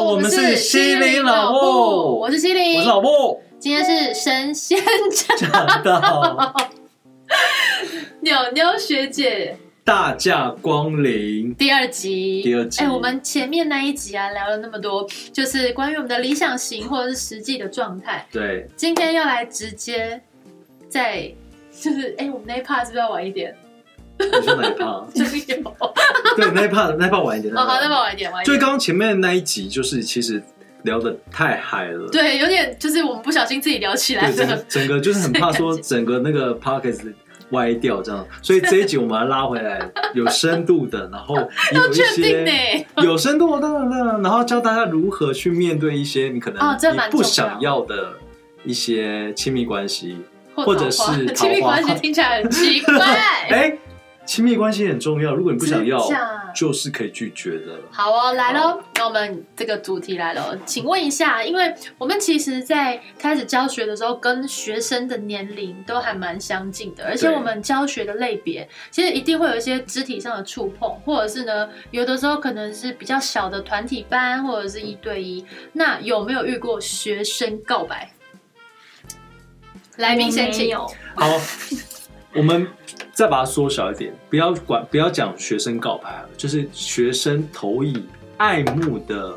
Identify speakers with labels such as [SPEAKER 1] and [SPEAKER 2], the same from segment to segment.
[SPEAKER 1] 我们是西林老布
[SPEAKER 2] 我是西林，
[SPEAKER 1] 我是老布，
[SPEAKER 2] 今天是神仙
[SPEAKER 1] 讲到
[SPEAKER 2] 妞妞学姐
[SPEAKER 1] 大驾光临，
[SPEAKER 2] 第二集，
[SPEAKER 1] 第二集
[SPEAKER 2] 哎、我们前面那一集啊，聊了那么多，就是关于我们的理想型或者是实际的状态，
[SPEAKER 1] 对，
[SPEAKER 2] 今天要来直接在就是哎、我们那一 part 是不是要晚 一点？
[SPEAKER 1] 你说哪一趴？
[SPEAKER 2] 真有，好，
[SPEAKER 1] 对，那一趴那一趴晚一点，
[SPEAKER 2] 哦好，那
[SPEAKER 1] 一
[SPEAKER 2] 么
[SPEAKER 1] 趴
[SPEAKER 2] 晚一点，晚一
[SPEAKER 1] 就
[SPEAKER 2] 点。
[SPEAKER 1] 刚刚前面那一集，就是其实聊的太嗨了，
[SPEAKER 2] 对，有点就是我们不小心自己聊起来
[SPEAKER 1] 对，整个
[SPEAKER 2] 的，
[SPEAKER 1] 整个就是很怕 说整个那个 p o c k e t 歪掉这样，所以这一集我们要拉回来，有深度的，然后也有一
[SPEAKER 2] 确定呢、
[SPEAKER 1] 些。有深度的，当然了，然后教大家如何去面对一些你可能
[SPEAKER 2] 哦这蛮
[SPEAKER 1] 你不
[SPEAKER 2] 重要
[SPEAKER 1] 想要的一些亲密关系，或者
[SPEAKER 2] 桃花
[SPEAKER 1] 是
[SPEAKER 2] 亲密
[SPEAKER 1] 桃花
[SPEAKER 2] 关系听起来很奇怪。
[SPEAKER 1] 哎，亲密关系很重要，如果你不想要
[SPEAKER 2] 真假，
[SPEAKER 1] 就是可以拒绝的。
[SPEAKER 2] 好哦，来喽！那我们这个主题来了，请问一下，因为我们其实，在开始教学的时候，跟学生的年龄都还蛮相近的，而且
[SPEAKER 1] 对
[SPEAKER 2] 我们教学的类别，其实一定会有一些肢体上的触碰，或者是呢，有的时候可能是比较小的团体班，或者是一对一。那有没有遇过学生告白？来宾先请，
[SPEAKER 3] 有，
[SPEAKER 1] 好， 我们再把它缩小一点，不要管，不要讲学生告白了，就是学生投以爱慕的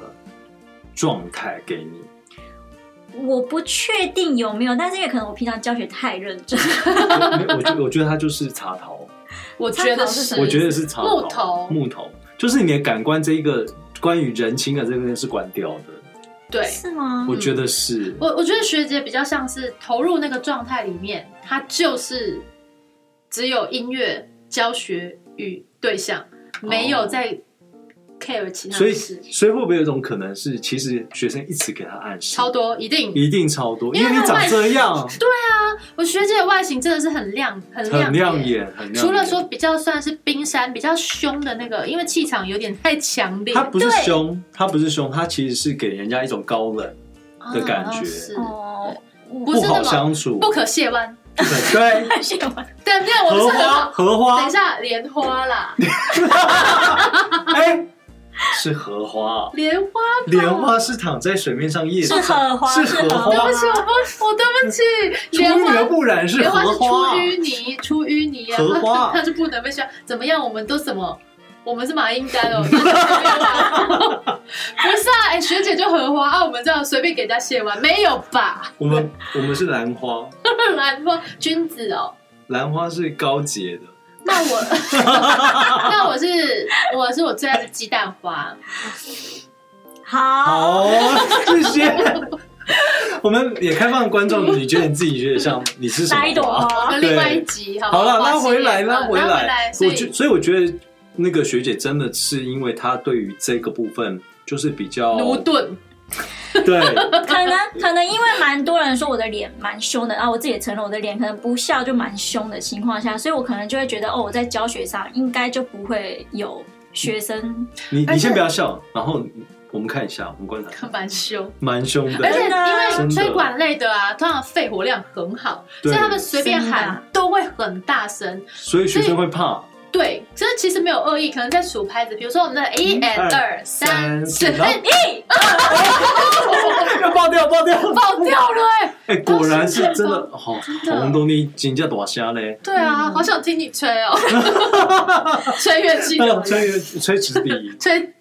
[SPEAKER 1] 状态给你。
[SPEAKER 3] 我不确定有没有，但是因为可能我平常教学太认真，
[SPEAKER 1] 我没有我觉得我觉得他就是茶桃，
[SPEAKER 2] 我觉得
[SPEAKER 3] 参考是
[SPEAKER 2] 是，
[SPEAKER 3] 什么
[SPEAKER 1] 我觉得是茶
[SPEAKER 2] 木
[SPEAKER 1] 桃
[SPEAKER 2] 头
[SPEAKER 1] 木头，就是你的感官这一个关于人情的这个是关掉的，
[SPEAKER 2] 对。
[SPEAKER 3] 是吗
[SPEAKER 1] 我？觉得是。
[SPEAKER 2] 嗯我我觉得学姐比较像是投入那个状态里面，她就是只有音乐教学与对象，没有在 care 其他
[SPEAKER 1] 哦所以，
[SPEAKER 2] 的事，
[SPEAKER 1] 所以会不会有一种可能是，其实学生一直给他暗示，
[SPEAKER 2] 超多一定。
[SPEAKER 1] 一定超多，
[SPEAKER 2] 因
[SPEAKER 1] 因
[SPEAKER 2] 为
[SPEAKER 1] 为
[SPEAKER 2] 他
[SPEAKER 1] 你长这样，
[SPEAKER 2] 我学姐的外形真的是很亮，很亮
[SPEAKER 1] 很亮。眼，很亮眼。
[SPEAKER 2] 除了说比较算是冰山比较凶的那个，因为气场有点太强烈
[SPEAKER 1] 他不是
[SPEAKER 3] 对
[SPEAKER 1] 凶，他不是凶，他其实是给人家一种高冷、的感觉
[SPEAKER 2] 啊是
[SPEAKER 3] 哦，
[SPEAKER 2] 不
[SPEAKER 1] 不
[SPEAKER 2] 是
[SPEAKER 1] 好
[SPEAKER 2] 那么
[SPEAKER 1] 相处，
[SPEAKER 2] 不可亵玩。
[SPEAKER 1] 不 可对
[SPEAKER 2] 对，对，我
[SPEAKER 1] 荷
[SPEAKER 2] 们是很
[SPEAKER 1] 花
[SPEAKER 2] 好。
[SPEAKER 1] 荷
[SPEAKER 2] 等
[SPEAKER 1] 花
[SPEAKER 2] 一，下，莲花啦，
[SPEAKER 1] 哎，是荷 花，
[SPEAKER 2] 莲花，
[SPEAKER 1] 莲花是躺在水面上夜
[SPEAKER 3] 是荷花，
[SPEAKER 1] 是
[SPEAKER 3] 是
[SPEAKER 1] 荷花
[SPEAKER 2] 对
[SPEAKER 3] 花
[SPEAKER 2] 不起，我不，我对不起，
[SPEAKER 1] 出
[SPEAKER 2] 莲
[SPEAKER 1] 淤
[SPEAKER 2] 花
[SPEAKER 1] 而不染是
[SPEAKER 2] 莲花
[SPEAKER 1] 荷
[SPEAKER 2] 是出
[SPEAKER 1] 花，啊
[SPEAKER 2] 淤泥，出淤泥啊，
[SPEAKER 1] 荷花
[SPEAKER 2] 它就不能被选。怎么样？我们都什么？我们是马英丹哦，那就随便玩 不是啊，哎、学姐就荷花啊，我们这样随便给人家卸完，没有吧？
[SPEAKER 1] 我们我们是兰花，
[SPEAKER 2] 兰花君子哦，
[SPEAKER 1] 兰花是高洁的，
[SPEAKER 2] 那我 那我是我是我最爱的鸡蛋花，
[SPEAKER 1] 啊
[SPEAKER 3] 好，
[SPEAKER 2] 哦
[SPEAKER 1] 好， 谢谢。我们也开放观众，你觉得你自己觉得像你是什么啊
[SPEAKER 3] 哪一朵
[SPEAKER 1] 花？
[SPEAKER 3] 哦
[SPEAKER 2] 我
[SPEAKER 3] 花？
[SPEAKER 2] 们另外一集好不
[SPEAKER 1] 好了，
[SPEAKER 2] 哦花
[SPEAKER 1] 拉
[SPEAKER 2] 系
[SPEAKER 1] 回
[SPEAKER 2] 列
[SPEAKER 1] 来，
[SPEAKER 2] 嗯
[SPEAKER 1] 拉回
[SPEAKER 2] 来，
[SPEAKER 1] 来。
[SPEAKER 2] 所
[SPEAKER 1] 我觉，
[SPEAKER 2] 以
[SPEAKER 1] 所以我觉得那个学姐真的是因为她对于这个部分就是比较
[SPEAKER 2] 奴钝，
[SPEAKER 1] 对，
[SPEAKER 3] 可能可能因为蛮多人说我的脸蛮凶的，然后我自己也承认我的脸可能不笑就蛮凶的情况下，所以我可能就会觉得哦，我在教学上应该就不会有学生
[SPEAKER 1] 你
[SPEAKER 2] 而且
[SPEAKER 1] 你先不要笑，然后我们看一下，我们观察，
[SPEAKER 2] 蛮凶。
[SPEAKER 1] 蛮凶
[SPEAKER 2] 而且
[SPEAKER 1] 的，
[SPEAKER 3] 真的啊
[SPEAKER 2] 因为
[SPEAKER 1] 真的
[SPEAKER 2] 吹管类的啊，通常肺活量很好，所
[SPEAKER 1] 对
[SPEAKER 2] 以他们随便
[SPEAKER 3] 真的啊
[SPEAKER 2] 喊都会很大声。
[SPEAKER 1] 所以学生会怕。
[SPEAKER 2] 对，这其实没有恶意，可能在数拍子，比如说我们的
[SPEAKER 1] 嗯
[SPEAKER 2] 一、二、三、四，
[SPEAKER 1] 然后
[SPEAKER 2] 哎，一
[SPEAKER 1] 要爆掉，爆掉，
[SPEAKER 2] 爆！掉了哎！
[SPEAKER 1] 哎，果然是真的，哦，
[SPEAKER 2] 的
[SPEAKER 1] 红豆泥金价多虾嘞，
[SPEAKER 2] 对啊，
[SPEAKER 3] 嗯
[SPEAKER 2] 好想听你吹哦， 吹乐器
[SPEAKER 1] 那
[SPEAKER 2] 的，
[SPEAKER 1] 哎吹吹直笛，
[SPEAKER 2] 吹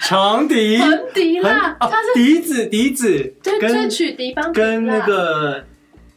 [SPEAKER 1] 长 笛，
[SPEAKER 2] 横笛啦，
[SPEAKER 1] 很
[SPEAKER 2] 它
[SPEAKER 1] 啊
[SPEAKER 2] 是
[SPEAKER 1] 笛子，笛子
[SPEAKER 2] 对吹啊
[SPEAKER 1] 跟
[SPEAKER 2] 曲笛帮笛啦
[SPEAKER 1] 跟那个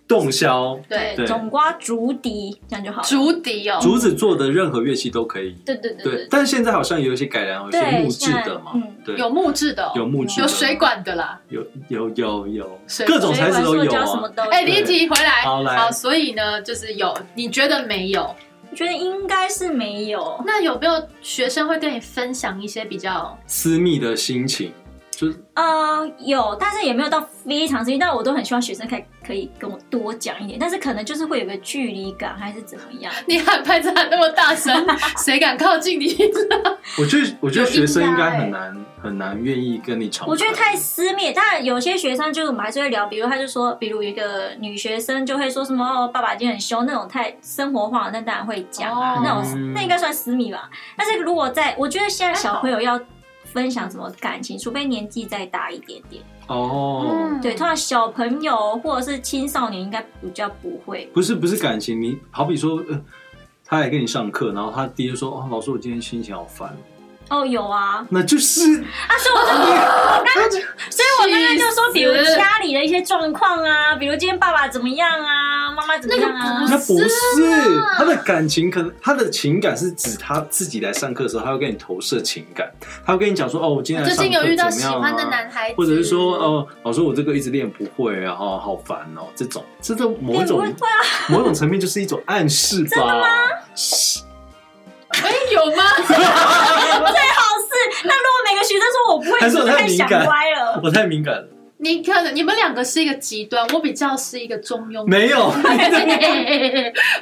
[SPEAKER 1] 洞箫，
[SPEAKER 2] 对
[SPEAKER 1] 对
[SPEAKER 3] 总瓜竹笛这样就好了。
[SPEAKER 2] 竹笛哦，
[SPEAKER 1] 竹子做的任何乐器都可以。
[SPEAKER 3] 对对对
[SPEAKER 1] 对，但是现在好像有一些改良，有一些
[SPEAKER 3] 对
[SPEAKER 1] 木质的嘛
[SPEAKER 3] 现在嗯，
[SPEAKER 1] 对，
[SPEAKER 2] 有木质的哦，
[SPEAKER 1] 有木质的
[SPEAKER 2] 有水管的啦。
[SPEAKER 1] 有有有有
[SPEAKER 2] 水
[SPEAKER 1] 各种材质都
[SPEAKER 3] 所以
[SPEAKER 1] 有
[SPEAKER 3] 玩塑胶什么
[SPEAKER 1] 啊。
[SPEAKER 3] 都有。
[SPEAKER 2] 哎，离题回来，
[SPEAKER 1] 好来
[SPEAKER 2] 所以呢，就是有，你觉得没有？
[SPEAKER 3] 我觉得应该是没有。
[SPEAKER 2] 那有没有学生会跟你分享一些比较
[SPEAKER 1] 私密的心情，就是
[SPEAKER 3] 呃，有，但是也没有到非常私密，但我都很希望学生可以可以跟我多讲一点，但是可能就是会有个距离感，还是怎么样？
[SPEAKER 2] 你喊拍子喊那么大 声，谁敢靠近你？
[SPEAKER 1] 我觉得我觉得学生应该
[SPEAKER 2] 有
[SPEAKER 1] 很
[SPEAKER 2] 应
[SPEAKER 1] 难很难愿意跟你敞开。
[SPEAKER 3] 我觉得太私密，当然有些学生就是我们还是会聊，比如他就说，比如一个女学生就会说什么哦，爸爸今天很凶那种太生活化，那当然会讲啊，
[SPEAKER 2] 哦
[SPEAKER 3] 那种那应该算私密吧。但是如果在我觉得现在小朋友要分享什么感情，除非年纪再大一点点。嗯
[SPEAKER 1] 哦，
[SPEAKER 2] 嗯
[SPEAKER 3] 对，通常小朋友或者是青少年应该比较不会。
[SPEAKER 1] 不是不是感情，你好比说，呃，他来跟你上课，然后他第一就说，哦，老师，我今天心情好烦，
[SPEAKER 3] 哦，有啊，
[SPEAKER 1] 那就是
[SPEAKER 3] 啊，所以我刚刚，所以我刚刚就说，比如
[SPEAKER 2] 气死
[SPEAKER 3] 家里的一些状况啊，比如今天爸爸怎么样啊，妈妈怎么样啊
[SPEAKER 2] 那个，
[SPEAKER 1] 那不是
[SPEAKER 2] 啊
[SPEAKER 1] 他的感情，可能他的情感是指他自己来上课的时候，他会跟你投射情感，他会跟你讲说，哦，我今天来
[SPEAKER 2] 最
[SPEAKER 1] 上
[SPEAKER 2] 近
[SPEAKER 1] 课
[SPEAKER 2] 有遇到
[SPEAKER 1] 怎么
[SPEAKER 2] 喜
[SPEAKER 1] 样
[SPEAKER 2] 欢的
[SPEAKER 1] 啊
[SPEAKER 2] 男孩子，
[SPEAKER 1] 或者是说，哦，老师，我这个一直练不会啊，哦，好烦哦，这种，这种某
[SPEAKER 3] 也不
[SPEAKER 1] 种、
[SPEAKER 3] 会啊，
[SPEAKER 1] 某种层面就是一种暗示吧？真的吗？
[SPEAKER 2] 哎，有吗？
[SPEAKER 3] 最好是。那如果每个学生说我不会，
[SPEAKER 1] 还
[SPEAKER 3] 你
[SPEAKER 1] 是
[SPEAKER 3] 就
[SPEAKER 1] 我太
[SPEAKER 3] 太
[SPEAKER 1] 敏
[SPEAKER 3] 想
[SPEAKER 1] 感
[SPEAKER 3] 歪了。
[SPEAKER 1] 我太敏感了，
[SPEAKER 2] 你可能你们两个是一个极端，我比较是一个中庸。
[SPEAKER 1] 没有，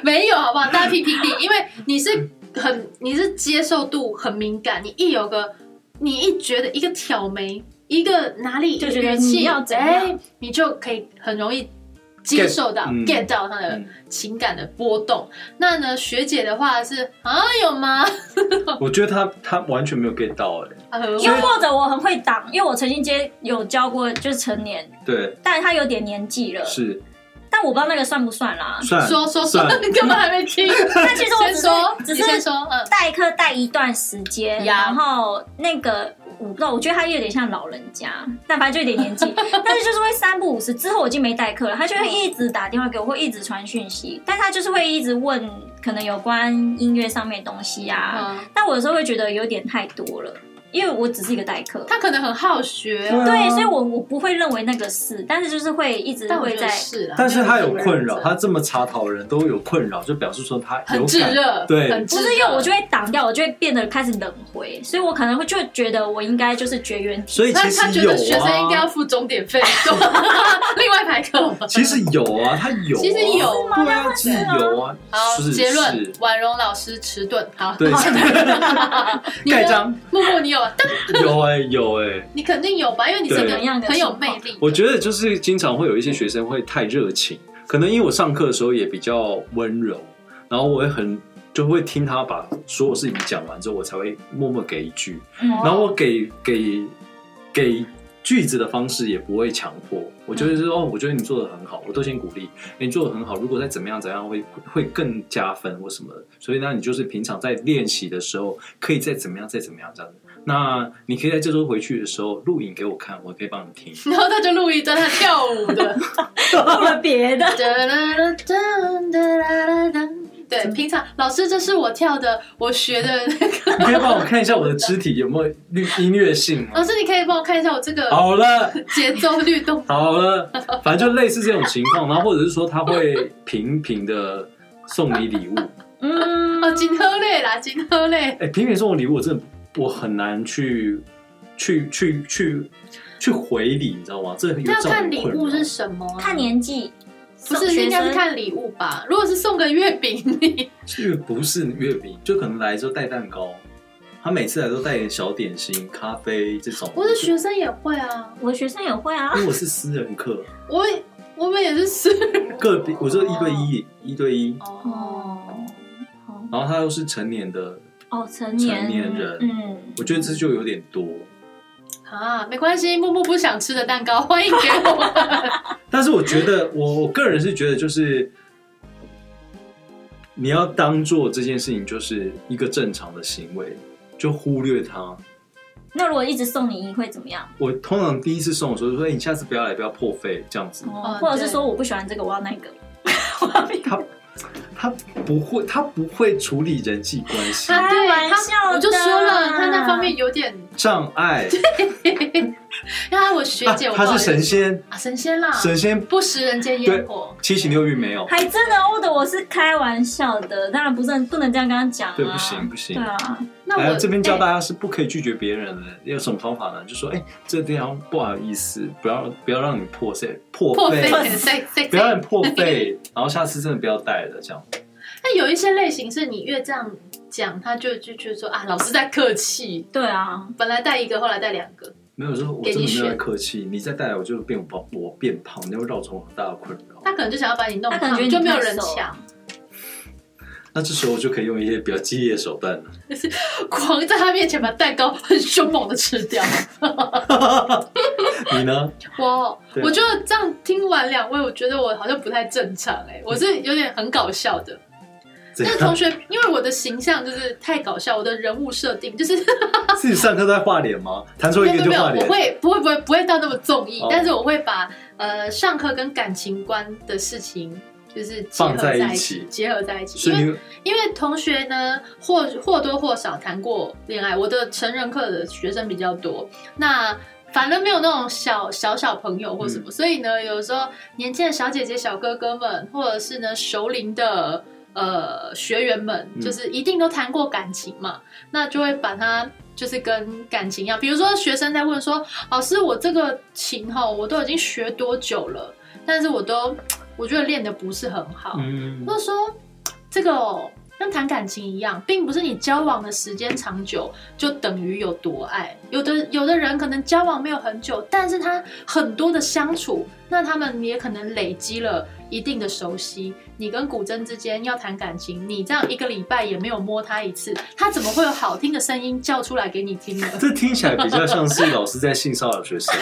[SPEAKER 2] 没有，好不好？大家评评理，因为你是很你是接受度很敏感，你一有个你一觉得一个挑眉，一个哪里
[SPEAKER 3] 就觉得
[SPEAKER 2] 语气
[SPEAKER 3] 你要怎样
[SPEAKER 2] 哎，你就可以很容易接受到
[SPEAKER 1] Get，嗯
[SPEAKER 2] get 到他的
[SPEAKER 1] 嗯
[SPEAKER 2] 情感的波动。那呢，学姐的话是啊，有吗？
[SPEAKER 1] 我觉得他他完全没有 get 到哎、
[SPEAKER 2] 啊
[SPEAKER 3] 又或者我很会挡，因为我曾经接有教过，就是成年，
[SPEAKER 1] 对，
[SPEAKER 3] 但是他有点年纪了，
[SPEAKER 1] 是
[SPEAKER 3] 但我不知道那个算不算啦。
[SPEAKER 1] 算
[SPEAKER 2] 说说说
[SPEAKER 1] 算，
[SPEAKER 2] 你根本还没听。
[SPEAKER 3] 但其实我
[SPEAKER 2] 先
[SPEAKER 3] 只是
[SPEAKER 2] 说，
[SPEAKER 3] 只
[SPEAKER 2] 你先
[SPEAKER 3] 是
[SPEAKER 2] 说，嗯，
[SPEAKER 3] 代课带一段时间，
[SPEAKER 2] 呀
[SPEAKER 3] 然后那个我不知道，我觉得他有点像老人家，但反正就有点 年纪，但是就是会三不五时。之后我已经没代课了，他就会一直打电话给我，会一直传讯息，但他就是会一直问可能有关音乐上面的东西啊。
[SPEAKER 2] 嗯
[SPEAKER 3] 但我有时候会觉得有点太多了，因为我只是一个代课。
[SPEAKER 2] 他可能很好学哦，
[SPEAKER 1] 啊
[SPEAKER 3] 对，所以我我不会认为那个是，但是就是会一直
[SPEAKER 2] 但我
[SPEAKER 3] 会
[SPEAKER 2] 觉
[SPEAKER 3] 在
[SPEAKER 2] 得是啦，
[SPEAKER 1] 但是他有
[SPEAKER 2] 没
[SPEAKER 1] 困扰，
[SPEAKER 2] 那么认真
[SPEAKER 1] 他这么查讨人都有困扰，就表示说他有
[SPEAKER 2] 很
[SPEAKER 1] 感
[SPEAKER 2] 炙热，
[SPEAKER 1] 对
[SPEAKER 2] 很炙
[SPEAKER 3] 不
[SPEAKER 2] 热
[SPEAKER 3] 是因为我就会挡掉，我就会变得开始冷回，所以我可能会就觉得我应该就是绝缘体。
[SPEAKER 1] 所以
[SPEAKER 2] 那
[SPEAKER 1] 其实有啊，
[SPEAKER 2] 他觉得学生应该要付钟点费，说 另外排课吗。
[SPEAKER 1] 其实有啊，他有、啊，
[SPEAKER 2] 其实有
[SPEAKER 1] 对啊，其实有啊，
[SPEAKER 2] 好，
[SPEAKER 1] 是
[SPEAKER 2] 结论
[SPEAKER 1] 是，
[SPEAKER 2] 婉容老师迟钝。好，
[SPEAKER 1] 对，
[SPEAKER 2] 你呢
[SPEAKER 1] 盖章。
[SPEAKER 2] 木木，你有，但
[SPEAKER 1] 有哎、有哎、
[SPEAKER 2] 你肯定有吧？因为你是
[SPEAKER 1] 对
[SPEAKER 2] 个很有魅力。
[SPEAKER 1] 我觉得就是经常会有一些学生会太热情，可能因为我上课的时候也比较温柔，然后我会很就会听他把所有事情讲完之后，我才会默默给一句，
[SPEAKER 3] 嗯
[SPEAKER 2] 哦
[SPEAKER 1] 然后我给给给句子的方式也不会强迫，我觉得是、哦，我觉得你做的很好，我都先鼓励你做的很好，如果再怎么样怎么样会会更加分或什么的，所以呢，你就是平常在练习的时候可以再怎么样再怎么样这样子。那你可以在这周回去的时候录影给我看，我可以帮你听。
[SPEAKER 2] 然后他就录一段他跳舞 的，
[SPEAKER 3] 做了 别的。
[SPEAKER 2] 哒啦啦哒哒啦啦哒。对，平常老师这是我跳的，我学的那个。
[SPEAKER 1] 你可以帮我看一下我的肢体有没有律音乐性吗
[SPEAKER 2] 老？师，你可以帮我看一下我这个
[SPEAKER 1] 好了，
[SPEAKER 2] 节奏律动
[SPEAKER 1] 好了，反正就类似这种情况，然后或者是说他会频频的送你礼物。
[SPEAKER 3] 嗯，
[SPEAKER 2] 哦，金喝类啦，金喝类。
[SPEAKER 1] 哎、平频送我礼物，我真的我很难去去去去去回礼，你知道吗？这有
[SPEAKER 2] 那要
[SPEAKER 1] 造
[SPEAKER 2] 看
[SPEAKER 1] 成
[SPEAKER 2] 礼
[SPEAKER 1] 困
[SPEAKER 2] 物
[SPEAKER 1] 扰
[SPEAKER 2] 是什么、啊，
[SPEAKER 3] 看年纪，
[SPEAKER 2] 不
[SPEAKER 3] 送
[SPEAKER 2] 是
[SPEAKER 3] 学
[SPEAKER 2] 应该是
[SPEAKER 3] 生
[SPEAKER 2] 看礼物吧？如果是送个月饼， 你
[SPEAKER 1] 是不是月饼，就可能来之后带蛋糕，他每次来都带点小点心、咖啡这种。
[SPEAKER 2] 我是学生也会啊，
[SPEAKER 3] 我的学生也会啊
[SPEAKER 1] 因。为我是私人课，
[SPEAKER 2] 我我们也是是
[SPEAKER 1] 个别我说一对一一对一，
[SPEAKER 3] 哦，好
[SPEAKER 1] 然后他又是成年的，
[SPEAKER 3] 哦，成年
[SPEAKER 1] 成年人
[SPEAKER 3] 嗯，
[SPEAKER 1] 我觉得这就有点多。
[SPEAKER 2] 啊，没关系，木木不想吃的蛋糕，欢迎给 我们。
[SPEAKER 1] 但是我觉得，我我个人是觉得，就是你要当做这件事情就是一个正常的行为，就忽略它。
[SPEAKER 3] 那如果一直送你，你会怎么样？
[SPEAKER 1] 我通常第一次送的时候就说：“哎、你下次不要来，不要破费这样子。
[SPEAKER 3] 哦
[SPEAKER 2] 哦，
[SPEAKER 3] 或者是
[SPEAKER 2] 对
[SPEAKER 3] 说我不喜欢这个，我要那个。
[SPEAKER 1] 他他不会，他不会处理人际关 系
[SPEAKER 2] 他对
[SPEAKER 3] 玩
[SPEAKER 2] 他
[SPEAKER 3] 笑的
[SPEAKER 2] 我就说了，他那方面有点，
[SPEAKER 1] 障 碍。
[SPEAKER 2] 因为他我学
[SPEAKER 1] 啊
[SPEAKER 2] 姐，我不
[SPEAKER 1] 他
[SPEAKER 2] 好意
[SPEAKER 1] 是
[SPEAKER 2] 思
[SPEAKER 1] 神仙，
[SPEAKER 2] 啊，神仙啦，
[SPEAKER 1] 神仙
[SPEAKER 2] 不食人间烟火，
[SPEAKER 1] 七情六欲没有，
[SPEAKER 3] 还真的哦的，我是开玩笑的，当然不是不能这样跟他讲啊。
[SPEAKER 1] 对，不行不行
[SPEAKER 3] 对。啊，
[SPEAKER 2] 那
[SPEAKER 1] 来
[SPEAKER 2] 我
[SPEAKER 1] 这边教大
[SPEAKER 2] 哎
[SPEAKER 1] 家是不可以拒绝别人的，有什么方法呢？就说，哎、这地方不好意思，不要不要让你破费破
[SPEAKER 2] 破费
[SPEAKER 1] 费，
[SPEAKER 2] 对对对
[SPEAKER 1] 不要让你破费， 然后下次真的不要带了，这样。
[SPEAKER 2] 那有一些类型是你越这样讲，他就就觉得说啊，老师在客气，
[SPEAKER 3] 对啊，
[SPEAKER 2] 本来带一个，后来带两个。
[SPEAKER 1] 没有说我
[SPEAKER 2] 给
[SPEAKER 1] 真
[SPEAKER 2] 你
[SPEAKER 1] 的没有在
[SPEAKER 2] 选
[SPEAKER 1] 客气，你再带来我就变胖，我变胖，你会造成我很大的困扰。
[SPEAKER 2] 他可能就想要把你弄
[SPEAKER 3] 他可能觉得
[SPEAKER 2] 胖，
[SPEAKER 3] 你
[SPEAKER 2] 就没有
[SPEAKER 3] 太
[SPEAKER 2] 人
[SPEAKER 3] 瘦
[SPEAKER 2] 抢。
[SPEAKER 1] 那这时候就可以用一些比较激烈的手段了。
[SPEAKER 2] 狂在他面前把蛋糕 很凶猛的吃 掉。
[SPEAKER 1] 你 呢？
[SPEAKER 2] 我
[SPEAKER 1] 对啊
[SPEAKER 2] 我就这样听完两位，我觉得我好像不太正常哎、我是有点很搞笑的。
[SPEAKER 1] 怎
[SPEAKER 2] 那同
[SPEAKER 1] 样？
[SPEAKER 2] 学，因为我的形象就是太搞笑，我的人物设定就是
[SPEAKER 1] 自己上课都在画脸吗？弹出
[SPEAKER 2] 没
[SPEAKER 1] 一
[SPEAKER 2] 有
[SPEAKER 1] 个
[SPEAKER 2] 没有
[SPEAKER 1] 就
[SPEAKER 2] 没有，
[SPEAKER 1] 画
[SPEAKER 2] 我
[SPEAKER 1] 脸，
[SPEAKER 2] 会不会不会不会到那么综艺，
[SPEAKER 1] 哦
[SPEAKER 2] 但是我会把呃上课跟感情观的事情就是结合
[SPEAKER 1] 放在
[SPEAKER 2] 在
[SPEAKER 1] 一
[SPEAKER 2] 一
[SPEAKER 1] 起
[SPEAKER 2] 结合在一起，
[SPEAKER 1] 所
[SPEAKER 2] 因
[SPEAKER 1] 以
[SPEAKER 2] 为
[SPEAKER 1] 你
[SPEAKER 2] 因为同学呢，或或多或少谈过恋爱。我的成人课的学生比较多，那反正没有那种小小小朋友或什么，所以呢，有时候年轻的小姐姐、小哥哥们，或者是呢熟龄的呃学员们，
[SPEAKER 1] 嗯
[SPEAKER 2] 就是一定都谈过感情嘛，那就会把它。就是跟感情一样，比如说学生在问说：“老师，我这个琴哈，我都已经学多久了？但是我都我觉得练的不是很好。
[SPEAKER 1] 嗯
[SPEAKER 2] 或者说这个哦跟谈感情一样，并不是你交往的时间长久就等于有多爱。有的有的人可能交往没有很久，但是他很多的相处，那他们也可能累积了一定的熟悉。你跟古筝之间要谈感情，你这样一个礼拜也没有摸他一次，他怎么会有好听的声音叫出来给你听呢？
[SPEAKER 1] 这听起来比较像是老师在性骚扰学生。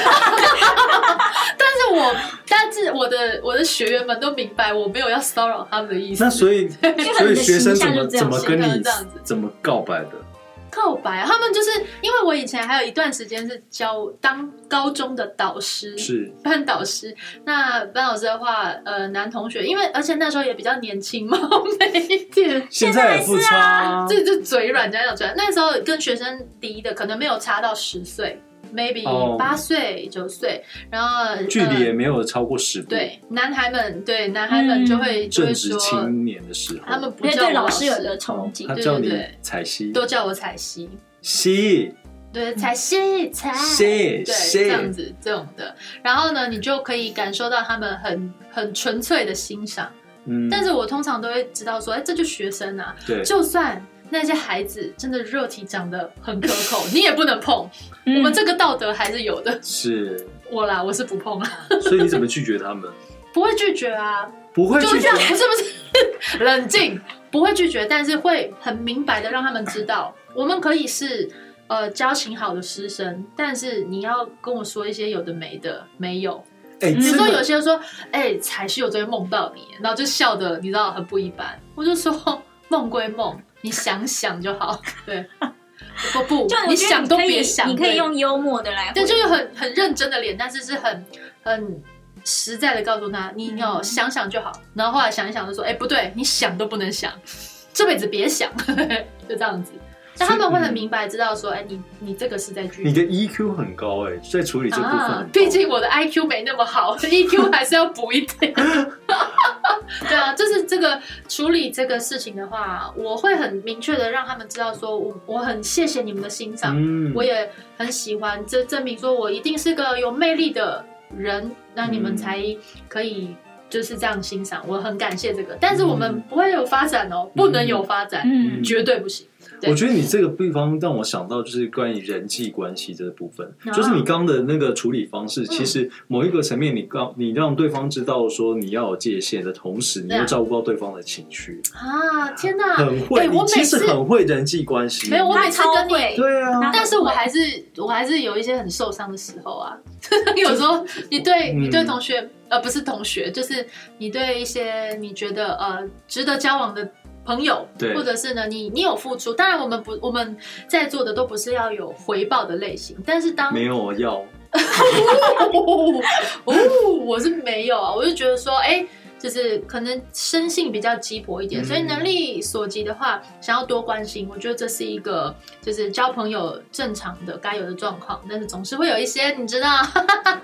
[SPEAKER 2] 但是我，但是我的我的学员们都明白，我没有要骚扰他们的意思。
[SPEAKER 1] 那所以，
[SPEAKER 3] 因 为
[SPEAKER 1] 所
[SPEAKER 3] 你
[SPEAKER 1] 以
[SPEAKER 3] 的
[SPEAKER 1] 学
[SPEAKER 3] 形
[SPEAKER 1] 生怎
[SPEAKER 3] 象
[SPEAKER 1] 么
[SPEAKER 3] 就这样
[SPEAKER 1] 怎么跟
[SPEAKER 2] 形象
[SPEAKER 1] 你
[SPEAKER 2] 就这样子
[SPEAKER 1] 怎么告白的？
[SPEAKER 2] 告白、啊，他们就是因为我以前还有一段时间是教当高中的导师，
[SPEAKER 1] 是
[SPEAKER 2] 班导师。那班老师的话，呃，男同学，因为而且那时候也比较年轻嘛， 没一 点。
[SPEAKER 1] 现
[SPEAKER 3] 在
[SPEAKER 1] 在
[SPEAKER 3] 还
[SPEAKER 1] 也
[SPEAKER 3] 是啊
[SPEAKER 1] 不差啊，
[SPEAKER 2] 这就嘴软，讲讲嘴软。那时候跟学生离的可能没有差到十岁，maybe
[SPEAKER 1] 哦
[SPEAKER 2] 八岁、九岁，然后
[SPEAKER 1] 距离也
[SPEAKER 2] 呃
[SPEAKER 1] 没有超过十步。
[SPEAKER 2] 对男孩们，对男孩们
[SPEAKER 3] 嗯
[SPEAKER 2] 就会、就
[SPEAKER 1] 正
[SPEAKER 2] 会
[SPEAKER 1] 值
[SPEAKER 2] 说，
[SPEAKER 1] 青年的时候，哦
[SPEAKER 2] 他们不
[SPEAKER 3] 因为
[SPEAKER 2] 叫我
[SPEAKER 3] 对老
[SPEAKER 2] 老
[SPEAKER 3] 师有个憧憬
[SPEAKER 1] 他，
[SPEAKER 2] 对
[SPEAKER 1] 叫
[SPEAKER 2] 对
[SPEAKER 1] 你
[SPEAKER 2] 对
[SPEAKER 1] 彩西，
[SPEAKER 2] 都叫我彩西。
[SPEAKER 1] 西
[SPEAKER 2] 对，彩西彩
[SPEAKER 1] 西
[SPEAKER 2] 对，这样
[SPEAKER 1] 西，
[SPEAKER 2] 子这种的。然后呢，你就可以感受到他们很很纯粹的欣赏。
[SPEAKER 1] 嗯，
[SPEAKER 2] 但是我通常都会知道说，哎，这就学生啊，
[SPEAKER 1] 对，
[SPEAKER 2] 就算。那些孩子真的肉体长得很可口，你也不能 碰。我
[SPEAKER 3] 我
[SPEAKER 2] 们这个道德还是有的。
[SPEAKER 1] 是，
[SPEAKER 2] 我啦，我是不碰啦，
[SPEAKER 1] 所以你怎么拒绝他们？
[SPEAKER 2] 不会拒绝啊。
[SPEAKER 1] 不会
[SPEAKER 2] 就
[SPEAKER 1] 拒
[SPEAKER 2] 这
[SPEAKER 1] 绝
[SPEAKER 2] 样，，不是不是， 冷静，不会拒绝，但是会很明白的让他们知道，我们可以是呃交情好的师生，但是你要跟我说一些有的没的，没有。
[SPEAKER 1] 哎，
[SPEAKER 3] 比
[SPEAKER 2] 比如
[SPEAKER 3] 如
[SPEAKER 1] 这
[SPEAKER 2] 说有
[SPEAKER 1] 个
[SPEAKER 2] 些人说，哎、才是我昨天梦到你，然后就笑的，你知道很不一般。我就说梦归梦，你想想就好。对，我不不
[SPEAKER 3] 就，我
[SPEAKER 2] 你
[SPEAKER 3] 觉得
[SPEAKER 2] 想都
[SPEAKER 3] 可以
[SPEAKER 2] 别想，
[SPEAKER 3] 你可以
[SPEAKER 2] 对
[SPEAKER 3] 用幽默的来回，
[SPEAKER 2] 对，就是很很认真的脸，但是是很很实在的告诉他，你你哦
[SPEAKER 3] 嗯
[SPEAKER 2] 想想就好。然后后来想一想，就说，哎、不对，你想都不能想， 这辈子别想， 就这样子。但他们会很明白知道说，哎、你你这个是在拒
[SPEAKER 1] 你
[SPEAKER 2] 绝。
[SPEAKER 1] 的 EQ 很高哎，在处理这部分很
[SPEAKER 2] 啊
[SPEAKER 1] 高，，
[SPEAKER 2] 毕竟我的 IQ 没那么好 ，EQ 还是要补一点。 对啊，就是这个处理这个事情的话，我会很明确的让他们知道说我我很谢谢你们的欣赏，
[SPEAKER 1] 嗯，
[SPEAKER 2] 我也很喜欢，这证明说我一定是个有魅力的人，那你们
[SPEAKER 1] 嗯
[SPEAKER 2] 才可以就是这样欣赏。我很感谢这个，但是我
[SPEAKER 1] 嗯
[SPEAKER 2] 们不会有发展哦，不能有发展，
[SPEAKER 3] 嗯，
[SPEAKER 2] 绝对不行。对
[SPEAKER 1] 我觉得你这个地方让我想到就是关于人际关系这部分，
[SPEAKER 2] 啊嗯
[SPEAKER 1] 就是你刚刚的那个处理方式，其实某一个层面，你告你让对方知道说你要有界限的同时，你
[SPEAKER 2] 对啊
[SPEAKER 1] 又照顾到对方的情绪，
[SPEAKER 2] 啊，天哪！
[SPEAKER 1] 很会，
[SPEAKER 2] 哎
[SPEAKER 1] 你
[SPEAKER 2] 我
[SPEAKER 1] 其
[SPEAKER 2] 每
[SPEAKER 1] 实
[SPEAKER 2] 次
[SPEAKER 1] 很会人际关系，
[SPEAKER 2] 没有我
[SPEAKER 3] 他
[SPEAKER 2] 每次
[SPEAKER 3] 超
[SPEAKER 2] 跟你
[SPEAKER 3] 会，
[SPEAKER 1] 对啊，
[SPEAKER 2] 但是我还是我还是有一些很受伤的时候啊， 有时候你对
[SPEAKER 1] 嗯
[SPEAKER 2] 你对同学、呃不是同学，就是你对一些你觉得呃值得交往的朋友，
[SPEAKER 1] 对
[SPEAKER 2] 或者是呢你你有付出，当然我们不我们在座的都不是要有回报的类型，但是当
[SPEAKER 1] 没有我要，
[SPEAKER 2] 哦 哦，我是没有啊，我就觉得说，哎、就是可能生性比较鸡婆一点，
[SPEAKER 1] 嗯
[SPEAKER 2] 所以能力所及的话，想要多关心，我觉得这是一个就是交朋友正常的该有的状况，但是总是会有一些你知道，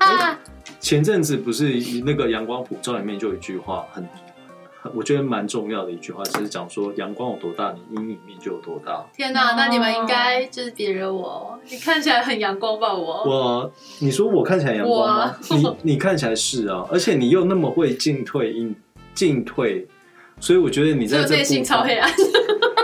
[SPEAKER 1] 前阵子不是那个阳光普照里面就有一句话很。很我觉得蛮重要的一句话，就是讲说阳光有多大，你阴影面就有多大。
[SPEAKER 2] 天哪、
[SPEAKER 3] 哦
[SPEAKER 2] 那你们应该就是别惹我哦，你看起来很阳光吧我。
[SPEAKER 1] 我，你说我看起来阳光吗？你你看起来是啊，而且你又那么会进退应进退，所以我觉得你
[SPEAKER 2] 只
[SPEAKER 1] 在
[SPEAKER 2] 有
[SPEAKER 1] 这
[SPEAKER 2] 内
[SPEAKER 1] 部
[SPEAKER 2] 心
[SPEAKER 1] 分
[SPEAKER 2] 超黑 啊暗，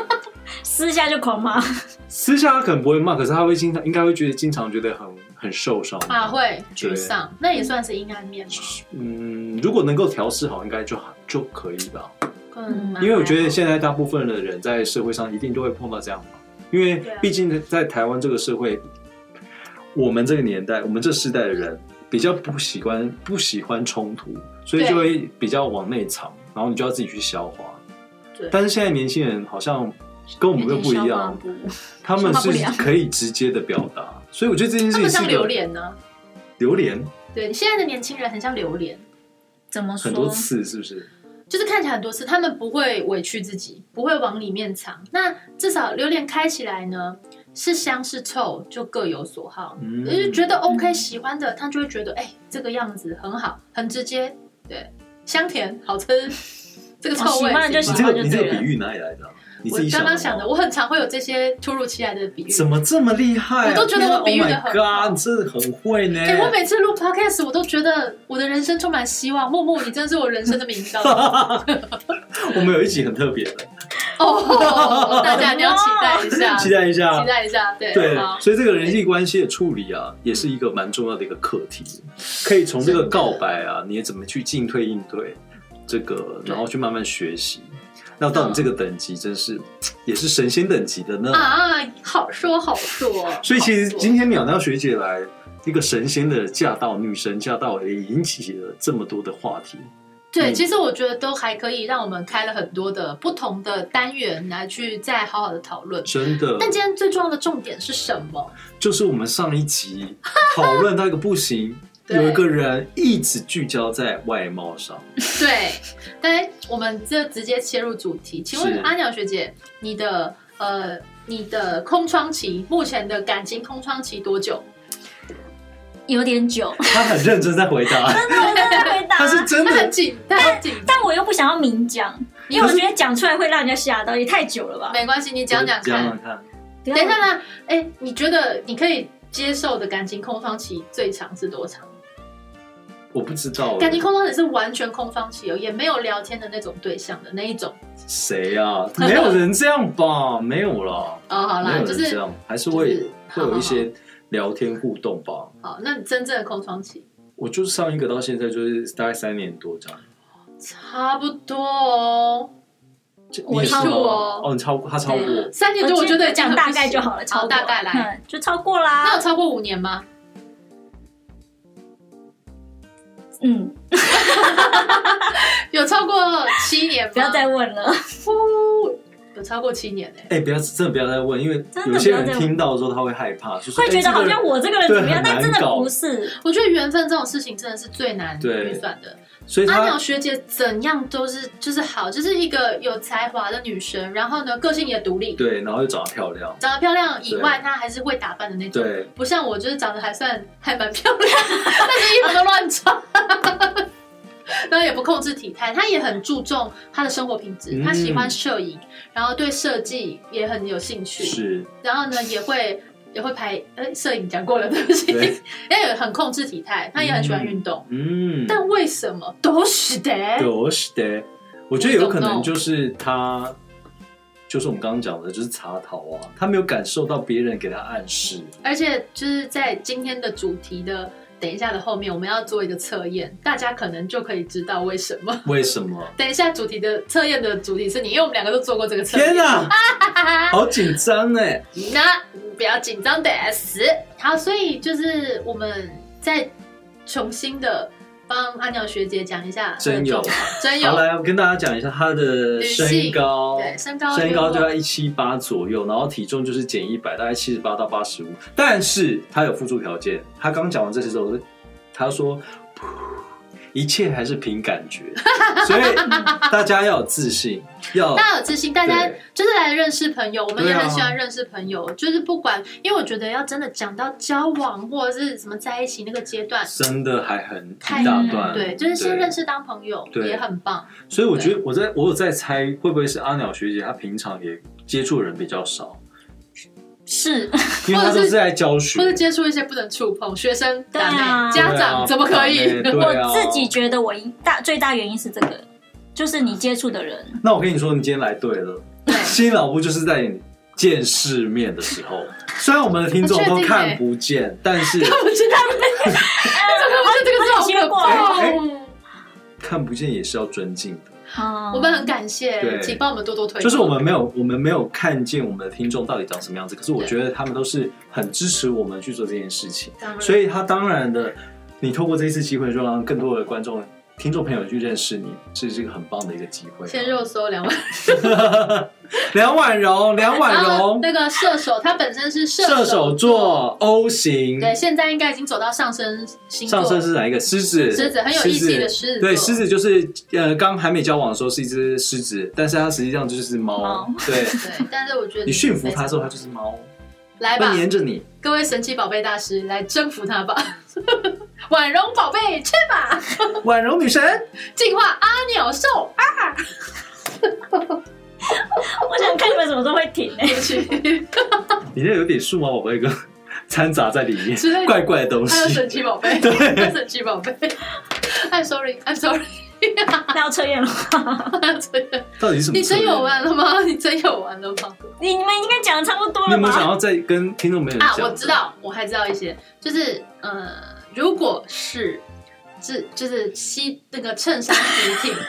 [SPEAKER 3] 私下就狂骂，
[SPEAKER 1] 私下他可能不会骂，可是他会经常应该会觉得经常觉得很很受伤
[SPEAKER 2] 啊，。会沮丧，那也算是阴暗面吗？
[SPEAKER 1] 嗯，如果能够调试好，应该就好就可以吧。
[SPEAKER 2] 可嗯，
[SPEAKER 1] 因为我觉得
[SPEAKER 2] 蛮好
[SPEAKER 1] 现在大部分的人在社会上一定都会碰到这样嘛，因为
[SPEAKER 3] 对啊
[SPEAKER 1] 毕竟在台湾这个社会，我们这个年代，我们这世代的人比较不喜欢不喜欢冲突，所以
[SPEAKER 2] 对
[SPEAKER 1] 就会比较往内藏，然后你就要自己去消化
[SPEAKER 3] 对。
[SPEAKER 1] 但是现在年轻人好像跟我们又不一
[SPEAKER 3] 有点消化
[SPEAKER 1] 样，
[SPEAKER 3] 不
[SPEAKER 1] 他们
[SPEAKER 3] 消化
[SPEAKER 1] 是
[SPEAKER 3] 不良
[SPEAKER 1] 可以直接的表达，所以我觉得这件事
[SPEAKER 2] 他
[SPEAKER 1] 情
[SPEAKER 2] 们
[SPEAKER 1] 是
[SPEAKER 2] 像
[SPEAKER 1] 一个
[SPEAKER 2] 榴莲呢、
[SPEAKER 1] 榴莲
[SPEAKER 2] 对，现在的年轻人很像榴莲，
[SPEAKER 3] 怎么
[SPEAKER 1] 很多
[SPEAKER 3] 说？
[SPEAKER 1] 次是不是？
[SPEAKER 2] 就是看起来很多次，他们不会委屈自己，不会往里面藏。那至少榴莲开起来呢，是香是臭，就各有所好。
[SPEAKER 1] 嗯
[SPEAKER 2] 就是觉得 OK、
[SPEAKER 3] 嗯
[SPEAKER 2] 喜欢的，他就会觉得哎、这个样子很好，很直接，对，香甜好吃，这个臭味、
[SPEAKER 3] 哦喜欢就
[SPEAKER 1] 你
[SPEAKER 3] 喜
[SPEAKER 1] 这
[SPEAKER 3] 欢
[SPEAKER 1] 个你这
[SPEAKER 3] 对
[SPEAKER 1] 个
[SPEAKER 3] 了
[SPEAKER 1] 比喻哪里来的啊？你
[SPEAKER 2] 我
[SPEAKER 1] 自己
[SPEAKER 2] 刚刚
[SPEAKER 1] 想
[SPEAKER 2] 想的，
[SPEAKER 1] 吗
[SPEAKER 2] 我很常会有这些突如其来的比喻。
[SPEAKER 1] 怎么这么厉害啊、
[SPEAKER 2] 我都觉得我比喻得很
[SPEAKER 1] Oh my god，你真的很会呢。
[SPEAKER 2] 哎、我每次录 podcast，我都觉得我的人生充满希望。木木，你真是我人生的名道
[SPEAKER 1] 我们有一集很特别的，
[SPEAKER 2] 哦，大家一定要期待一下，
[SPEAKER 1] 期待一下
[SPEAKER 2] 啊期。待一下，对，
[SPEAKER 1] 对
[SPEAKER 2] 好，
[SPEAKER 1] 所以这个人际关系的处理啊，也是一个蛮重要的一个课题。可以从这个告白啊，你也怎么去进退应对这个，
[SPEAKER 2] 对
[SPEAKER 1] 然后去慢慢学习。那到你这个等级，真是也是神仙等级的呢。
[SPEAKER 2] 啊，好说好说。
[SPEAKER 1] 所以其实
[SPEAKER 2] 好说
[SPEAKER 1] 今天鸟鸟学姐来，一个神仙的驾到，女神驾到，也引起了这么多的话题。
[SPEAKER 2] 对，
[SPEAKER 1] 嗯
[SPEAKER 2] 其实我觉得都还可以，让我们开了很多的不同的单元来去再好好的讨论。
[SPEAKER 1] 真的，
[SPEAKER 2] 但今天最重要的重点是什么？
[SPEAKER 1] 就是我们上一集讨论到一个不行，
[SPEAKER 2] 对
[SPEAKER 1] 有一个人一直聚焦在外貌上，
[SPEAKER 2] 对，但我们这直接切入主题，请
[SPEAKER 1] 是
[SPEAKER 2] 问阿鸟学姐，你的呃，你的空窗期，目前的感情空窗期多久？
[SPEAKER 3] 有点久，
[SPEAKER 1] 他很认真在回答，
[SPEAKER 3] 我真的啊回答
[SPEAKER 1] 他是真
[SPEAKER 2] 他很
[SPEAKER 1] 的，
[SPEAKER 2] 紧，他很紧，
[SPEAKER 3] 但我又不想要明讲，因为我
[SPEAKER 1] 可是
[SPEAKER 3] 觉得讲出来会让人家吓到，也太久了吧？啊
[SPEAKER 2] 没关系，你讲讲
[SPEAKER 1] 讲
[SPEAKER 2] 看。
[SPEAKER 1] 讲看，
[SPEAKER 3] 等
[SPEAKER 2] 等一下呢，哎、你觉得你可以接受的感情空窗期最长是多长？
[SPEAKER 1] 我不知道
[SPEAKER 2] 感情空窗期是完全空窗期哦，也没有聊天的那种对象的那一种。
[SPEAKER 1] 谁啊，没有人这样吧，没有啦，
[SPEAKER 2] 哦，好
[SPEAKER 1] 没
[SPEAKER 2] 啦，
[SPEAKER 1] 有
[SPEAKER 2] 就
[SPEAKER 1] 人这
[SPEAKER 2] 是
[SPEAKER 1] 样，还是会、
[SPEAKER 2] 就是
[SPEAKER 1] 会有一些聊天互动吧。
[SPEAKER 2] 好，那你真正的空窗期
[SPEAKER 1] 我就上一个到现在就是大概三年多这样，
[SPEAKER 2] 差不多哦，
[SPEAKER 1] 这
[SPEAKER 2] 我
[SPEAKER 1] 你也是吗
[SPEAKER 2] 超过哦
[SPEAKER 1] 哦，你超过他超过
[SPEAKER 3] 对啊
[SPEAKER 2] 三年多，我觉得已经
[SPEAKER 3] 讲
[SPEAKER 2] 很
[SPEAKER 3] 大
[SPEAKER 2] 不
[SPEAKER 3] 概
[SPEAKER 2] 行
[SPEAKER 3] 就好了，超
[SPEAKER 2] 好
[SPEAKER 3] 过
[SPEAKER 2] 大概来。
[SPEAKER 3] 嗯，就超过
[SPEAKER 2] 那有
[SPEAKER 3] 啦。
[SPEAKER 2] 超过五年吗？
[SPEAKER 3] 嗯，
[SPEAKER 2] 有超过七年吗？
[SPEAKER 3] 不要再问 了，
[SPEAKER 2] 呼，有超过七年哎、
[SPEAKER 1] 哎、不要真的不要再问，因为
[SPEAKER 3] 真的
[SPEAKER 1] 有些
[SPEAKER 3] 不要再
[SPEAKER 1] 人
[SPEAKER 3] 问
[SPEAKER 1] 听到之后他会害怕，就是哎
[SPEAKER 3] 会觉得好像我这个人怎么样，
[SPEAKER 1] 对
[SPEAKER 3] 但
[SPEAKER 1] 很
[SPEAKER 3] 真
[SPEAKER 1] 难
[SPEAKER 3] 的
[SPEAKER 1] 搞
[SPEAKER 3] 不是。
[SPEAKER 2] 我觉得缘分这种事情真的是最难
[SPEAKER 1] 对
[SPEAKER 2] 预算的。
[SPEAKER 1] 所以
[SPEAKER 2] 阿
[SPEAKER 1] 他
[SPEAKER 2] 鸟学姐怎样都是就是好，就是一个有才华的女生，然后呢，个性也独立，
[SPEAKER 1] 对，然后又长得漂亮，
[SPEAKER 2] 长得漂亮以外，
[SPEAKER 1] 对
[SPEAKER 2] 她还是会打扮的那种。
[SPEAKER 1] 对。
[SPEAKER 2] 不像我，就是长得还算 还蛮漂亮，但是衣服都乱穿， 然后也不控制体态。她也很注重她的生活品质，
[SPEAKER 1] 嗯
[SPEAKER 2] 她喜欢摄影，然后对设计也很有兴趣，
[SPEAKER 1] 是，
[SPEAKER 2] 然后呢也会也会拍，哎，摄影讲过了，对不起，
[SPEAKER 1] 对
[SPEAKER 2] 也有很控制体态，她也很喜欢运动。
[SPEAKER 1] 嗯，
[SPEAKER 2] 但为什么都是的？
[SPEAKER 1] 都是的。我觉得有可能就是他，就是我们刚刚讲的，就是茶桃啊，他没有感受到别人给他暗示，
[SPEAKER 2] 而且就是在今天的主题的等一下的后面，我们要做一个测验，大家可能就可以知道为什么。
[SPEAKER 1] 为什么？
[SPEAKER 2] 等一下主题的测验的主题是你，因为我们两个都做过这个测
[SPEAKER 1] 天
[SPEAKER 2] 验。
[SPEAKER 1] 哪、好紧张哎！
[SPEAKER 2] 那嗯不要紧张的 S。好，所以就是我们再重新的帮阿鸟学姐讲一下她的
[SPEAKER 1] 真有
[SPEAKER 2] 状况，真
[SPEAKER 1] 好，
[SPEAKER 2] 有，
[SPEAKER 1] 来，我跟大家讲一下他的身高。
[SPEAKER 2] 对，身高
[SPEAKER 1] 身高就
[SPEAKER 2] 约
[SPEAKER 1] 在一七八左右，然后体重就是减一百，大概七十八到八十五。但是他有附注条件，他刚讲完这些之后，他说噗一切还是凭感觉， 所以大家要有自信，要
[SPEAKER 2] 大家有自信，大家
[SPEAKER 1] 对
[SPEAKER 2] 就是来认识朋友，我们
[SPEAKER 1] 对
[SPEAKER 2] 也
[SPEAKER 1] 啊
[SPEAKER 2] 很喜欢认识朋友，就是不管，因为我觉得要真的讲到交往或者是什么在一起那个阶段，
[SPEAKER 1] 真的还很
[SPEAKER 2] 太嗯
[SPEAKER 1] 一大段，
[SPEAKER 2] 对，就是先认
[SPEAKER 1] 识。
[SPEAKER 2] 识当朋友
[SPEAKER 1] 对
[SPEAKER 2] 也很棒，
[SPEAKER 1] 所以我觉得我在我有在猜，会不会是阿鸟学姐她平常也接触的人比较少，
[SPEAKER 3] 是，
[SPEAKER 1] 因为她都是在教学
[SPEAKER 2] 或，者接触一些不能触碰学生
[SPEAKER 3] 对啊
[SPEAKER 2] 打妹家长怎么可以？
[SPEAKER 1] 对啊
[SPEAKER 3] 我自己。觉得我一大最大原因是这个，就是你接触的人，
[SPEAKER 1] 那我跟你说，你今天来对了，
[SPEAKER 2] 对
[SPEAKER 1] 新老夫就是在你见世面的时候，虽然我们的听众
[SPEAKER 2] 我确
[SPEAKER 1] 都
[SPEAKER 2] 定欸
[SPEAKER 1] 看不见，但是
[SPEAKER 2] 我知道，
[SPEAKER 3] 哎
[SPEAKER 2] 这个这个是好
[SPEAKER 3] 我有
[SPEAKER 2] 可
[SPEAKER 3] 听过
[SPEAKER 2] 怕
[SPEAKER 1] 哎
[SPEAKER 2] 哦。
[SPEAKER 1] 看不见也是要尊敬的。
[SPEAKER 3] 嗯
[SPEAKER 2] 我们很感谢，
[SPEAKER 1] 对
[SPEAKER 2] 请帮我们多多推广。
[SPEAKER 1] 就是我们没有我们没有看见我们的听众到底长什么样子，可是我觉得他们都是很支持我们去做这件事情。
[SPEAKER 2] 当然，
[SPEAKER 1] 所以他当然的，你透过这一次机会，就让更多的观众、听众朋友去认识你，这是一个很棒的一个机会。
[SPEAKER 2] 先肉搜两万。
[SPEAKER 1] 梁婉柔，梁婉
[SPEAKER 2] 然后
[SPEAKER 1] 柔，
[SPEAKER 2] 那个射手，他本身是
[SPEAKER 1] 射手
[SPEAKER 2] 手
[SPEAKER 1] 座 O 型，
[SPEAKER 2] 对，现在应该已经走到上升星座。
[SPEAKER 1] 上升是哪一个？狮子，
[SPEAKER 2] 狮子很有义气的狮子座
[SPEAKER 1] 对，狮子就是呃，刚还没交往的时候是一只狮子，但是它实际上就是猫
[SPEAKER 3] 猫。
[SPEAKER 1] 对，
[SPEAKER 2] 对，但是我觉得
[SPEAKER 1] 你驯服它之后，它就是猫，
[SPEAKER 2] 来吧
[SPEAKER 1] 它，黏着你。
[SPEAKER 2] 各位神奇宝贝大师来征服它吧， 婉容宝贝去吧，
[SPEAKER 1] 婉柔女神，
[SPEAKER 2] 进化阿鸟兽啊
[SPEAKER 3] 我想看你们什么时候会停 哎、
[SPEAKER 2] 去，
[SPEAKER 1] 你那有点数码宝贝跟掺杂在里面
[SPEAKER 2] 之类，的
[SPEAKER 1] 怪怪的东
[SPEAKER 2] 还有
[SPEAKER 1] 西
[SPEAKER 2] 神。奇宝贝，
[SPEAKER 1] 对
[SPEAKER 2] 还有神奇宝贝，I'm sorry，I'm sorry，
[SPEAKER 3] 那要测验了吗，
[SPEAKER 2] 真的，
[SPEAKER 1] 到底是什么？
[SPEAKER 2] 你真有？玩了吗？ 你真有玩了吗？
[SPEAKER 3] 你你们应该讲的差不多
[SPEAKER 1] 你有
[SPEAKER 3] 了
[SPEAKER 1] 没有想
[SPEAKER 3] 吧？
[SPEAKER 1] 要再跟听众朋友
[SPEAKER 2] 啊
[SPEAKER 1] 讲？，
[SPEAKER 2] 我知。道，我还知道一些，就是呃，如果是是就是西那个衬衫笔挺的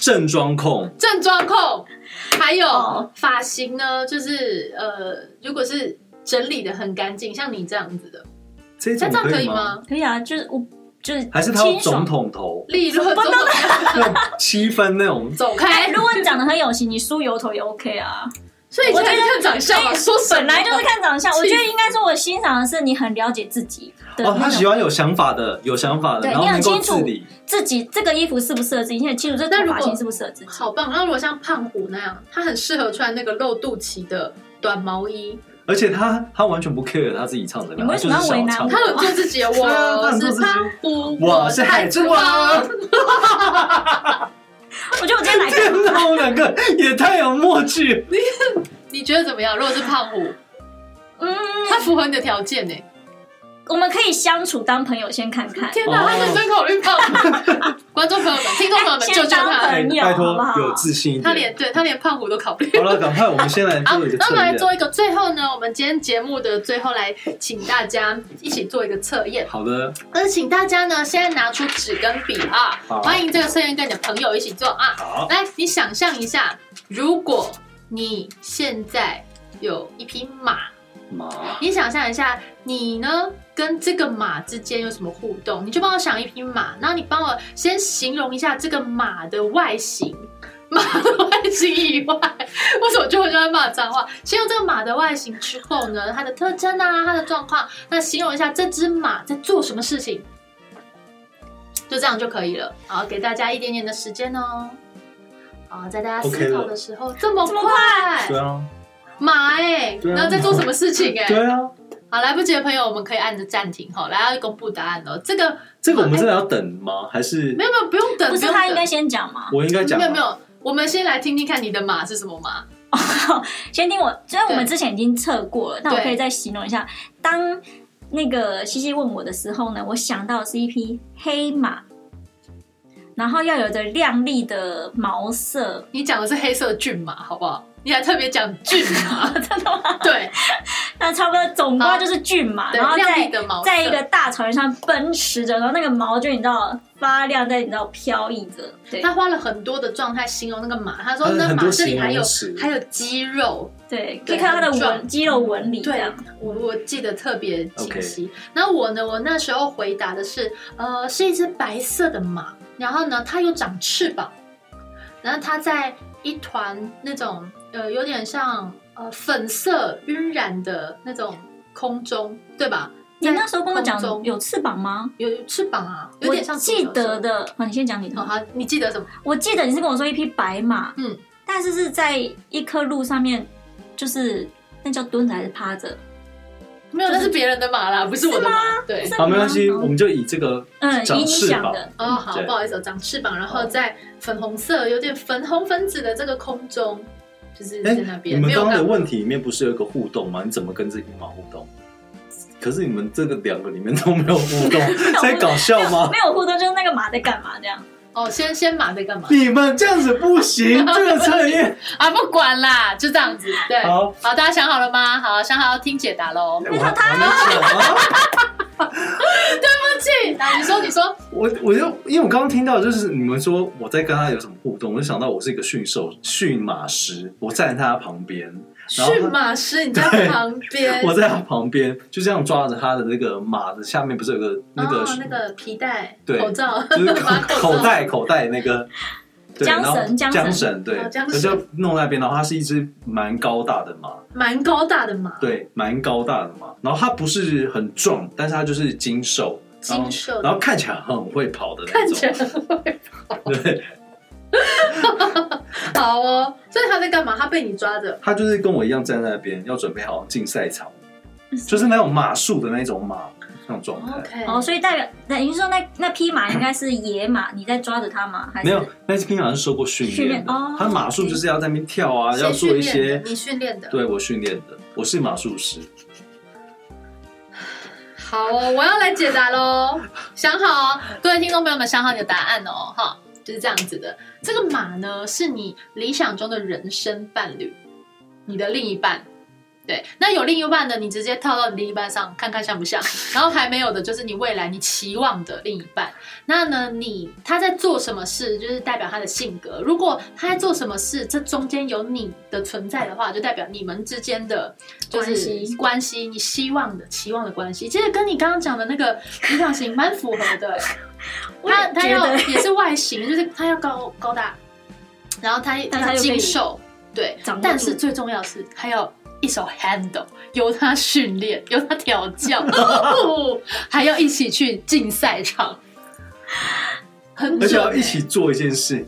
[SPEAKER 1] 正装控，
[SPEAKER 2] 正装控，还有
[SPEAKER 3] 哦
[SPEAKER 2] 发型呢，就是呃，如果是整理的很干净，像你这样子的，
[SPEAKER 1] 这
[SPEAKER 2] 那
[SPEAKER 1] 种
[SPEAKER 2] 这样可
[SPEAKER 1] 哦以
[SPEAKER 2] 以
[SPEAKER 1] 吗？
[SPEAKER 2] 吗？
[SPEAKER 3] 可以啊，就是我就是
[SPEAKER 1] 还是他要
[SPEAKER 3] 清
[SPEAKER 1] 总
[SPEAKER 3] 爽
[SPEAKER 1] 统头，
[SPEAKER 2] 利落，走
[SPEAKER 1] 要七分那种？
[SPEAKER 2] 走
[SPEAKER 3] 哎，
[SPEAKER 2] 开
[SPEAKER 3] 如。果你长得很有型，你梳油头也 OK 啊。
[SPEAKER 2] 所以你
[SPEAKER 3] 我
[SPEAKER 2] 现在
[SPEAKER 3] 觉得哎
[SPEAKER 2] 看长相啊，说什么
[SPEAKER 3] 本来就是看长相，
[SPEAKER 2] 气
[SPEAKER 3] 我觉得应该说，我欣赏的是你很了解自己的
[SPEAKER 1] 哦，他
[SPEAKER 3] 那
[SPEAKER 1] 喜
[SPEAKER 3] 种，
[SPEAKER 1] 欢有想法的，有想法的，
[SPEAKER 3] 对
[SPEAKER 1] 然后
[SPEAKER 3] 你
[SPEAKER 1] 能
[SPEAKER 3] 很
[SPEAKER 1] 够
[SPEAKER 3] 清楚
[SPEAKER 1] 自理。
[SPEAKER 3] 自己这个衣服适不适合自己，你很清楚这
[SPEAKER 2] 那
[SPEAKER 3] 个
[SPEAKER 2] 如
[SPEAKER 3] 发
[SPEAKER 2] 果
[SPEAKER 3] 型适不适合自己。
[SPEAKER 2] 好棒。那如果像胖虎那样，他很适合穿那个露肚脐的短毛衣，
[SPEAKER 1] 而且他他完全不 care 他自己唱怎么样，
[SPEAKER 3] 你为什么
[SPEAKER 1] 他就是
[SPEAKER 3] 要为
[SPEAKER 1] 想
[SPEAKER 3] 难
[SPEAKER 1] 唱
[SPEAKER 3] 我
[SPEAKER 2] 他很做自己 的。
[SPEAKER 1] 对啊他
[SPEAKER 2] 我
[SPEAKER 1] 很做
[SPEAKER 2] 是
[SPEAKER 1] 自己
[SPEAKER 2] 胖虎，
[SPEAKER 1] 我是海啊之王。
[SPEAKER 3] 我觉得我今天来
[SPEAKER 1] 天
[SPEAKER 3] 个，
[SPEAKER 1] 哪，我两个也太有默契。
[SPEAKER 2] 你觉得怎么样？如果是胖虎，
[SPEAKER 3] 嗯，
[SPEAKER 2] 他符合你的条件呢、
[SPEAKER 3] 我们可以相处当朋友先看看。
[SPEAKER 2] 天哪，
[SPEAKER 1] 哦
[SPEAKER 2] 他认真考虑 胖虎。观众朋友们、听众朋友们，
[SPEAKER 3] 先
[SPEAKER 2] 救救他！
[SPEAKER 3] 当
[SPEAKER 1] 哎
[SPEAKER 3] 朋友
[SPEAKER 1] 拜
[SPEAKER 3] 好不
[SPEAKER 1] 托，
[SPEAKER 3] 好
[SPEAKER 1] 有自信一
[SPEAKER 2] 他
[SPEAKER 1] 点。
[SPEAKER 2] 连对他连胖虎都考 虑。
[SPEAKER 1] 好了，赶快，我们先来
[SPEAKER 2] 好，
[SPEAKER 1] 做一个
[SPEAKER 2] 那我
[SPEAKER 1] 测
[SPEAKER 2] 们来
[SPEAKER 1] 验。
[SPEAKER 2] 做一个最后呢，我们今天节目的最后来请大家一起做一个测验，
[SPEAKER 1] 好的，
[SPEAKER 2] 但是请大家呢现在拿出纸跟笔啊，
[SPEAKER 1] 好
[SPEAKER 2] 欢迎这个测验跟你的朋友一起做啊。
[SPEAKER 1] 好，
[SPEAKER 2] 来，你想象一下，如果你现在有一匹马，
[SPEAKER 1] 马
[SPEAKER 2] 你想象一下，你呢跟这个马之间有什么互动？你就帮我想一匹马，然后你帮我先形容一下这个马的外形。马的外形以外，为什么就会喜欢骂脏话？形容这个马的外形之后呢，它的特征啊，它的状况，那形容一下这只马在做什么事情，就这样就可以了。好，给大家一点点的时间哦。啊，在大家思
[SPEAKER 1] OK 了
[SPEAKER 2] 考的时候这么
[SPEAKER 3] 这么
[SPEAKER 1] 对啊，
[SPEAKER 2] 马哎、
[SPEAKER 1] 对啊
[SPEAKER 2] 然后在做什么事情哎、
[SPEAKER 1] 对啊，
[SPEAKER 2] 好，来不及的朋友，我们可以按着暂停哈，来要公布答案了。这个
[SPEAKER 1] 这个我们真的要等吗？还是
[SPEAKER 2] 没有没有，不用等，
[SPEAKER 3] 不是
[SPEAKER 2] 用
[SPEAKER 3] 他应该
[SPEAKER 2] 等
[SPEAKER 3] 先讲吗？
[SPEAKER 1] 我应该讲
[SPEAKER 2] 没
[SPEAKER 1] 吗？
[SPEAKER 2] 有没有，我们先来听听看你的马是什么马。
[SPEAKER 3] 先听我，虽然我们
[SPEAKER 2] 对
[SPEAKER 3] 之前已经测过了，那我
[SPEAKER 2] 对
[SPEAKER 3] 可以再形容一下。当那个西西问我的时候呢，我想到的是一匹黑马，然后要有着亮丽的毛色，
[SPEAKER 2] 你讲的是黑色骏马，好不好？你还特别讲骏马， 真的吗？对
[SPEAKER 3] 那差不多总
[SPEAKER 2] 好
[SPEAKER 3] 括就是骏马，
[SPEAKER 2] 对，
[SPEAKER 3] 然后
[SPEAKER 2] 亮丽
[SPEAKER 3] 在
[SPEAKER 2] 的毛色，
[SPEAKER 3] 在一个大草原上奔驰着，然后那个毛就你知道发亮，在你知道飘逸着，对
[SPEAKER 2] 他花了很多的状态形容那个马，他说
[SPEAKER 1] 它有
[SPEAKER 2] 那
[SPEAKER 1] 呃很
[SPEAKER 2] 马
[SPEAKER 1] 多
[SPEAKER 2] 这里
[SPEAKER 1] 形
[SPEAKER 2] 还有
[SPEAKER 1] 容词
[SPEAKER 2] 还有肌肉，
[SPEAKER 3] 对，可
[SPEAKER 2] 对
[SPEAKER 3] 以看到它
[SPEAKER 2] 很
[SPEAKER 3] 的
[SPEAKER 2] 壮
[SPEAKER 3] 纹肌肉纹理这
[SPEAKER 2] 对
[SPEAKER 3] 样。，
[SPEAKER 2] 我我记得特别清晰。那我呢？我那时候回答的是，呃，是一只白色的马，然后呢，它有长翅膀，然后它在一团那种呃，有点像呃粉色晕染的那种空中，对吧？
[SPEAKER 3] 你
[SPEAKER 2] 在
[SPEAKER 3] 那时候跟我讲
[SPEAKER 2] 空中
[SPEAKER 3] 有翅膀吗？
[SPEAKER 2] 有翅膀啊，有
[SPEAKER 3] 我
[SPEAKER 2] 点像
[SPEAKER 3] 记得
[SPEAKER 2] 的。
[SPEAKER 3] 的，哦，你先讲你的
[SPEAKER 2] 哦，。好，你记得什么？
[SPEAKER 3] 我记得你是跟我说一匹白马，
[SPEAKER 2] 嗯，
[SPEAKER 3] 但是是在一棵路上面，就是那叫蹲着还是趴着？
[SPEAKER 2] 没有，那是别人的马啦，不是我的马。对，
[SPEAKER 3] 是
[SPEAKER 1] 好，哎啊没关系，
[SPEAKER 3] 吗
[SPEAKER 1] 我们就以这个
[SPEAKER 3] 嗯，以
[SPEAKER 1] 长
[SPEAKER 3] 你
[SPEAKER 1] 翅
[SPEAKER 3] 想
[SPEAKER 1] 膀。
[SPEAKER 3] 的，
[SPEAKER 2] 哦，好，
[SPEAKER 1] 嗯对
[SPEAKER 2] 不好意思哦，长翅膀，然后
[SPEAKER 1] 好
[SPEAKER 2] 在粉红色、有点粉红分子的这个空中，就是在那
[SPEAKER 1] 哎你
[SPEAKER 2] 边
[SPEAKER 1] 们
[SPEAKER 2] 没有
[SPEAKER 1] 刚刚的
[SPEAKER 2] 干嘛。
[SPEAKER 1] 问题里面不是有一个互动吗？你怎么跟这匹马互动？可是你们这个两个里面都没有互 动，在搞笑吗？
[SPEAKER 3] 没有互动，就是那个马在干嘛这样？
[SPEAKER 2] 哦，先 先马在干嘛
[SPEAKER 1] 你们这样子不行，这个测 验
[SPEAKER 2] 啊？不管啦，就这 样子。对，
[SPEAKER 1] 好
[SPEAKER 2] 大家想好了吗？好，想好要听解答喽。
[SPEAKER 1] 我还我还没讲啊，
[SPEAKER 2] 对不起，来，你说，你说，
[SPEAKER 1] 我我就因为我刚刚听到，就是你们说我在跟他有什么互动，我就想到我是一个驯兽驯马师，我站在他旁边，然后他
[SPEAKER 2] 驯马师你在旁边，
[SPEAKER 1] 我在他旁边就这样抓着他的那个马的下面，不是有个那个、
[SPEAKER 2] 哦那个皮带、
[SPEAKER 1] 对
[SPEAKER 2] 口 罩，
[SPEAKER 1] 就是口
[SPEAKER 2] 马口
[SPEAKER 1] 口袋口袋那 个。对，然
[SPEAKER 3] 缰
[SPEAKER 1] 后
[SPEAKER 3] 绳缰
[SPEAKER 1] 缰
[SPEAKER 3] 绳
[SPEAKER 1] 绳对
[SPEAKER 2] 哦，缰
[SPEAKER 1] 可是
[SPEAKER 2] 绳哦
[SPEAKER 1] 就弄那边，然后它是一只蛮高大的马，
[SPEAKER 2] 蛮高大的马，
[SPEAKER 1] 对，蛮高大的嘛。然后它不是很壮，但是它就是精瘦，然后
[SPEAKER 2] 精瘦的
[SPEAKER 1] 然后看起来很会跑的
[SPEAKER 2] 看
[SPEAKER 1] 那
[SPEAKER 2] 起来
[SPEAKER 1] 种。
[SPEAKER 2] 很会
[SPEAKER 1] 对，
[SPEAKER 2] 跑哦。所以他在干嘛？他被你抓着，
[SPEAKER 1] 它就是跟我一样站在那边，要准备好进赛场，
[SPEAKER 2] 嗯
[SPEAKER 1] 就是那种马术的那种马那种状态。
[SPEAKER 2] OK，
[SPEAKER 3] 哦，所以代表，等于说那那匹马应该是野马，你在抓着它吗？还是
[SPEAKER 1] 没有，那匹马是受过训
[SPEAKER 3] 训
[SPEAKER 1] 练
[SPEAKER 3] 练
[SPEAKER 1] 的
[SPEAKER 3] 哦，
[SPEAKER 1] 它马术就是要在那边跳啊，要
[SPEAKER 2] 谁
[SPEAKER 1] 做
[SPEAKER 2] 训
[SPEAKER 1] 一
[SPEAKER 2] 练
[SPEAKER 1] 些
[SPEAKER 2] 的？。你训练的，
[SPEAKER 1] 对我训练的，我是马术师。
[SPEAKER 2] 好哦，我要来解答喽。想好哦，各位听众朋友们，想好你的答案哦，哈，就是这样子的。这个马呢，是你理想中的人生伴侣，你的另一半。对，那有另一半的，你直接套到你另一半上，看看像不像。然后还没有的，就是你未来你期望的另一半。那呢，你他在做什么事，就是代表他的性格。如果他在做什么事，这中间有你的存在的话，就代表你们之间的就是
[SPEAKER 3] 关系
[SPEAKER 2] 关系，你希望的期望的关系，其实跟你刚刚讲的那个理想型蛮符合的。
[SPEAKER 3] 我也
[SPEAKER 2] 他他
[SPEAKER 3] 觉
[SPEAKER 2] 要
[SPEAKER 3] 得
[SPEAKER 2] 也是外形，就是他要高高大，然后他
[SPEAKER 3] 但
[SPEAKER 2] 要
[SPEAKER 3] 他又可
[SPEAKER 2] 精
[SPEAKER 3] 以
[SPEAKER 2] 瘦，对
[SPEAKER 3] 掌握，
[SPEAKER 2] 但
[SPEAKER 3] 住
[SPEAKER 2] 是最重要的是他要。一手 handle，由他训练，由他调教， 哦还要一起去竞赛场，很
[SPEAKER 1] 而且
[SPEAKER 2] 准
[SPEAKER 1] 要
[SPEAKER 2] 欸
[SPEAKER 1] 一起做一件事。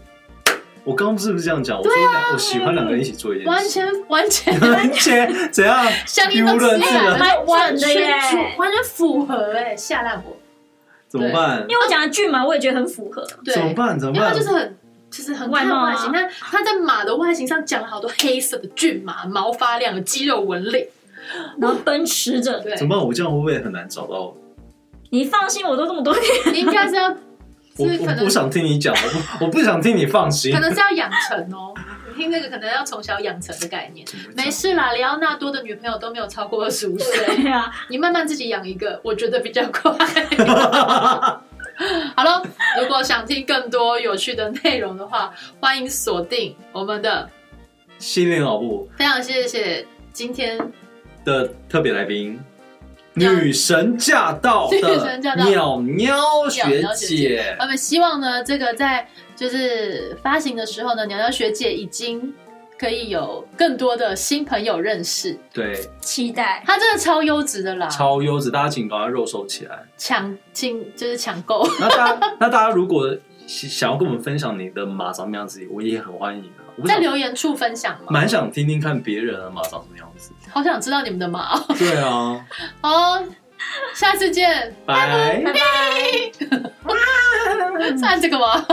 [SPEAKER 1] 我刚刚是不是这样讲？我说两我喜欢两个人一起做一件
[SPEAKER 2] 啊欸完
[SPEAKER 1] 事，
[SPEAKER 2] 全完全
[SPEAKER 1] 完全怎样？
[SPEAKER 2] 相
[SPEAKER 1] 语
[SPEAKER 2] 应
[SPEAKER 1] 无
[SPEAKER 2] 都
[SPEAKER 1] 伦
[SPEAKER 2] 起
[SPEAKER 1] 次
[SPEAKER 2] 来
[SPEAKER 1] 了，啊
[SPEAKER 2] 了，完
[SPEAKER 3] 准的耶
[SPEAKER 2] 全符完全符合哎、吓烂我！
[SPEAKER 1] 怎么办？
[SPEAKER 3] 因为我讲的骏马，我也觉得很符合。
[SPEAKER 2] 对，
[SPEAKER 1] 怎么办？怎么
[SPEAKER 2] 因为它
[SPEAKER 1] 办？
[SPEAKER 2] 就是很就是很
[SPEAKER 3] 外
[SPEAKER 2] 看
[SPEAKER 3] 貌啊
[SPEAKER 2] 外形，但它在马的外形上讲了好多黑色的骏马，毛发亮，有肌肉纹理，
[SPEAKER 3] 然后奔驰着，
[SPEAKER 2] 对
[SPEAKER 1] 怎，么办？我这样会不会很难找到？
[SPEAKER 3] 你放心，我都这么多年，
[SPEAKER 2] 你应该是要，
[SPEAKER 1] 我
[SPEAKER 2] 是可
[SPEAKER 1] 我
[SPEAKER 2] 能
[SPEAKER 1] 不想听你讲，我不我不想听你放心
[SPEAKER 2] 可。能是要养成哦。你听这个可能要从小养成的概念。没事啦，里奥纳多的女朋友都没有超过二十五岁，
[SPEAKER 3] 对啊，
[SPEAKER 2] 你慢慢自己养一个，我觉得比较 快。好了，如果想听更多有趣的内容的话，欢迎锁定我们的。
[SPEAKER 1] 心灵老布
[SPEAKER 2] 非常谢谢今天
[SPEAKER 1] 的特别来宾，
[SPEAKER 2] 鸟
[SPEAKER 1] 女神驾到
[SPEAKER 2] 女神驾
[SPEAKER 1] 的
[SPEAKER 2] 到
[SPEAKER 1] 鸟鸟
[SPEAKER 2] 鸟
[SPEAKER 1] 学
[SPEAKER 2] 鸟学
[SPEAKER 1] 姐，
[SPEAKER 2] 我们呃希望呢，这个在就是发行的时候呢，鸟鸟学姐已经可以有更多的新朋友认识，
[SPEAKER 1] 对，
[SPEAKER 3] 期待。
[SPEAKER 2] 她真的超优质的啦，
[SPEAKER 1] 超优质，大家请把它肉收起来。
[SPEAKER 2] 抢进就是抢购，
[SPEAKER 1] 那大家，那大家如果想想要跟我们分享你的马长什么样子，我也很欢迎啊。我不
[SPEAKER 2] 在
[SPEAKER 1] 想
[SPEAKER 2] 留言处分享嘛，
[SPEAKER 1] 蛮想听听看别人的马长什么样子。
[SPEAKER 2] 好想知道你们的码哦
[SPEAKER 1] 对啊，
[SPEAKER 2] 好哦，下次见，
[SPEAKER 1] 拜。
[SPEAKER 3] 拜拜。
[SPEAKER 1] 嗯
[SPEAKER 2] 是按这个吗？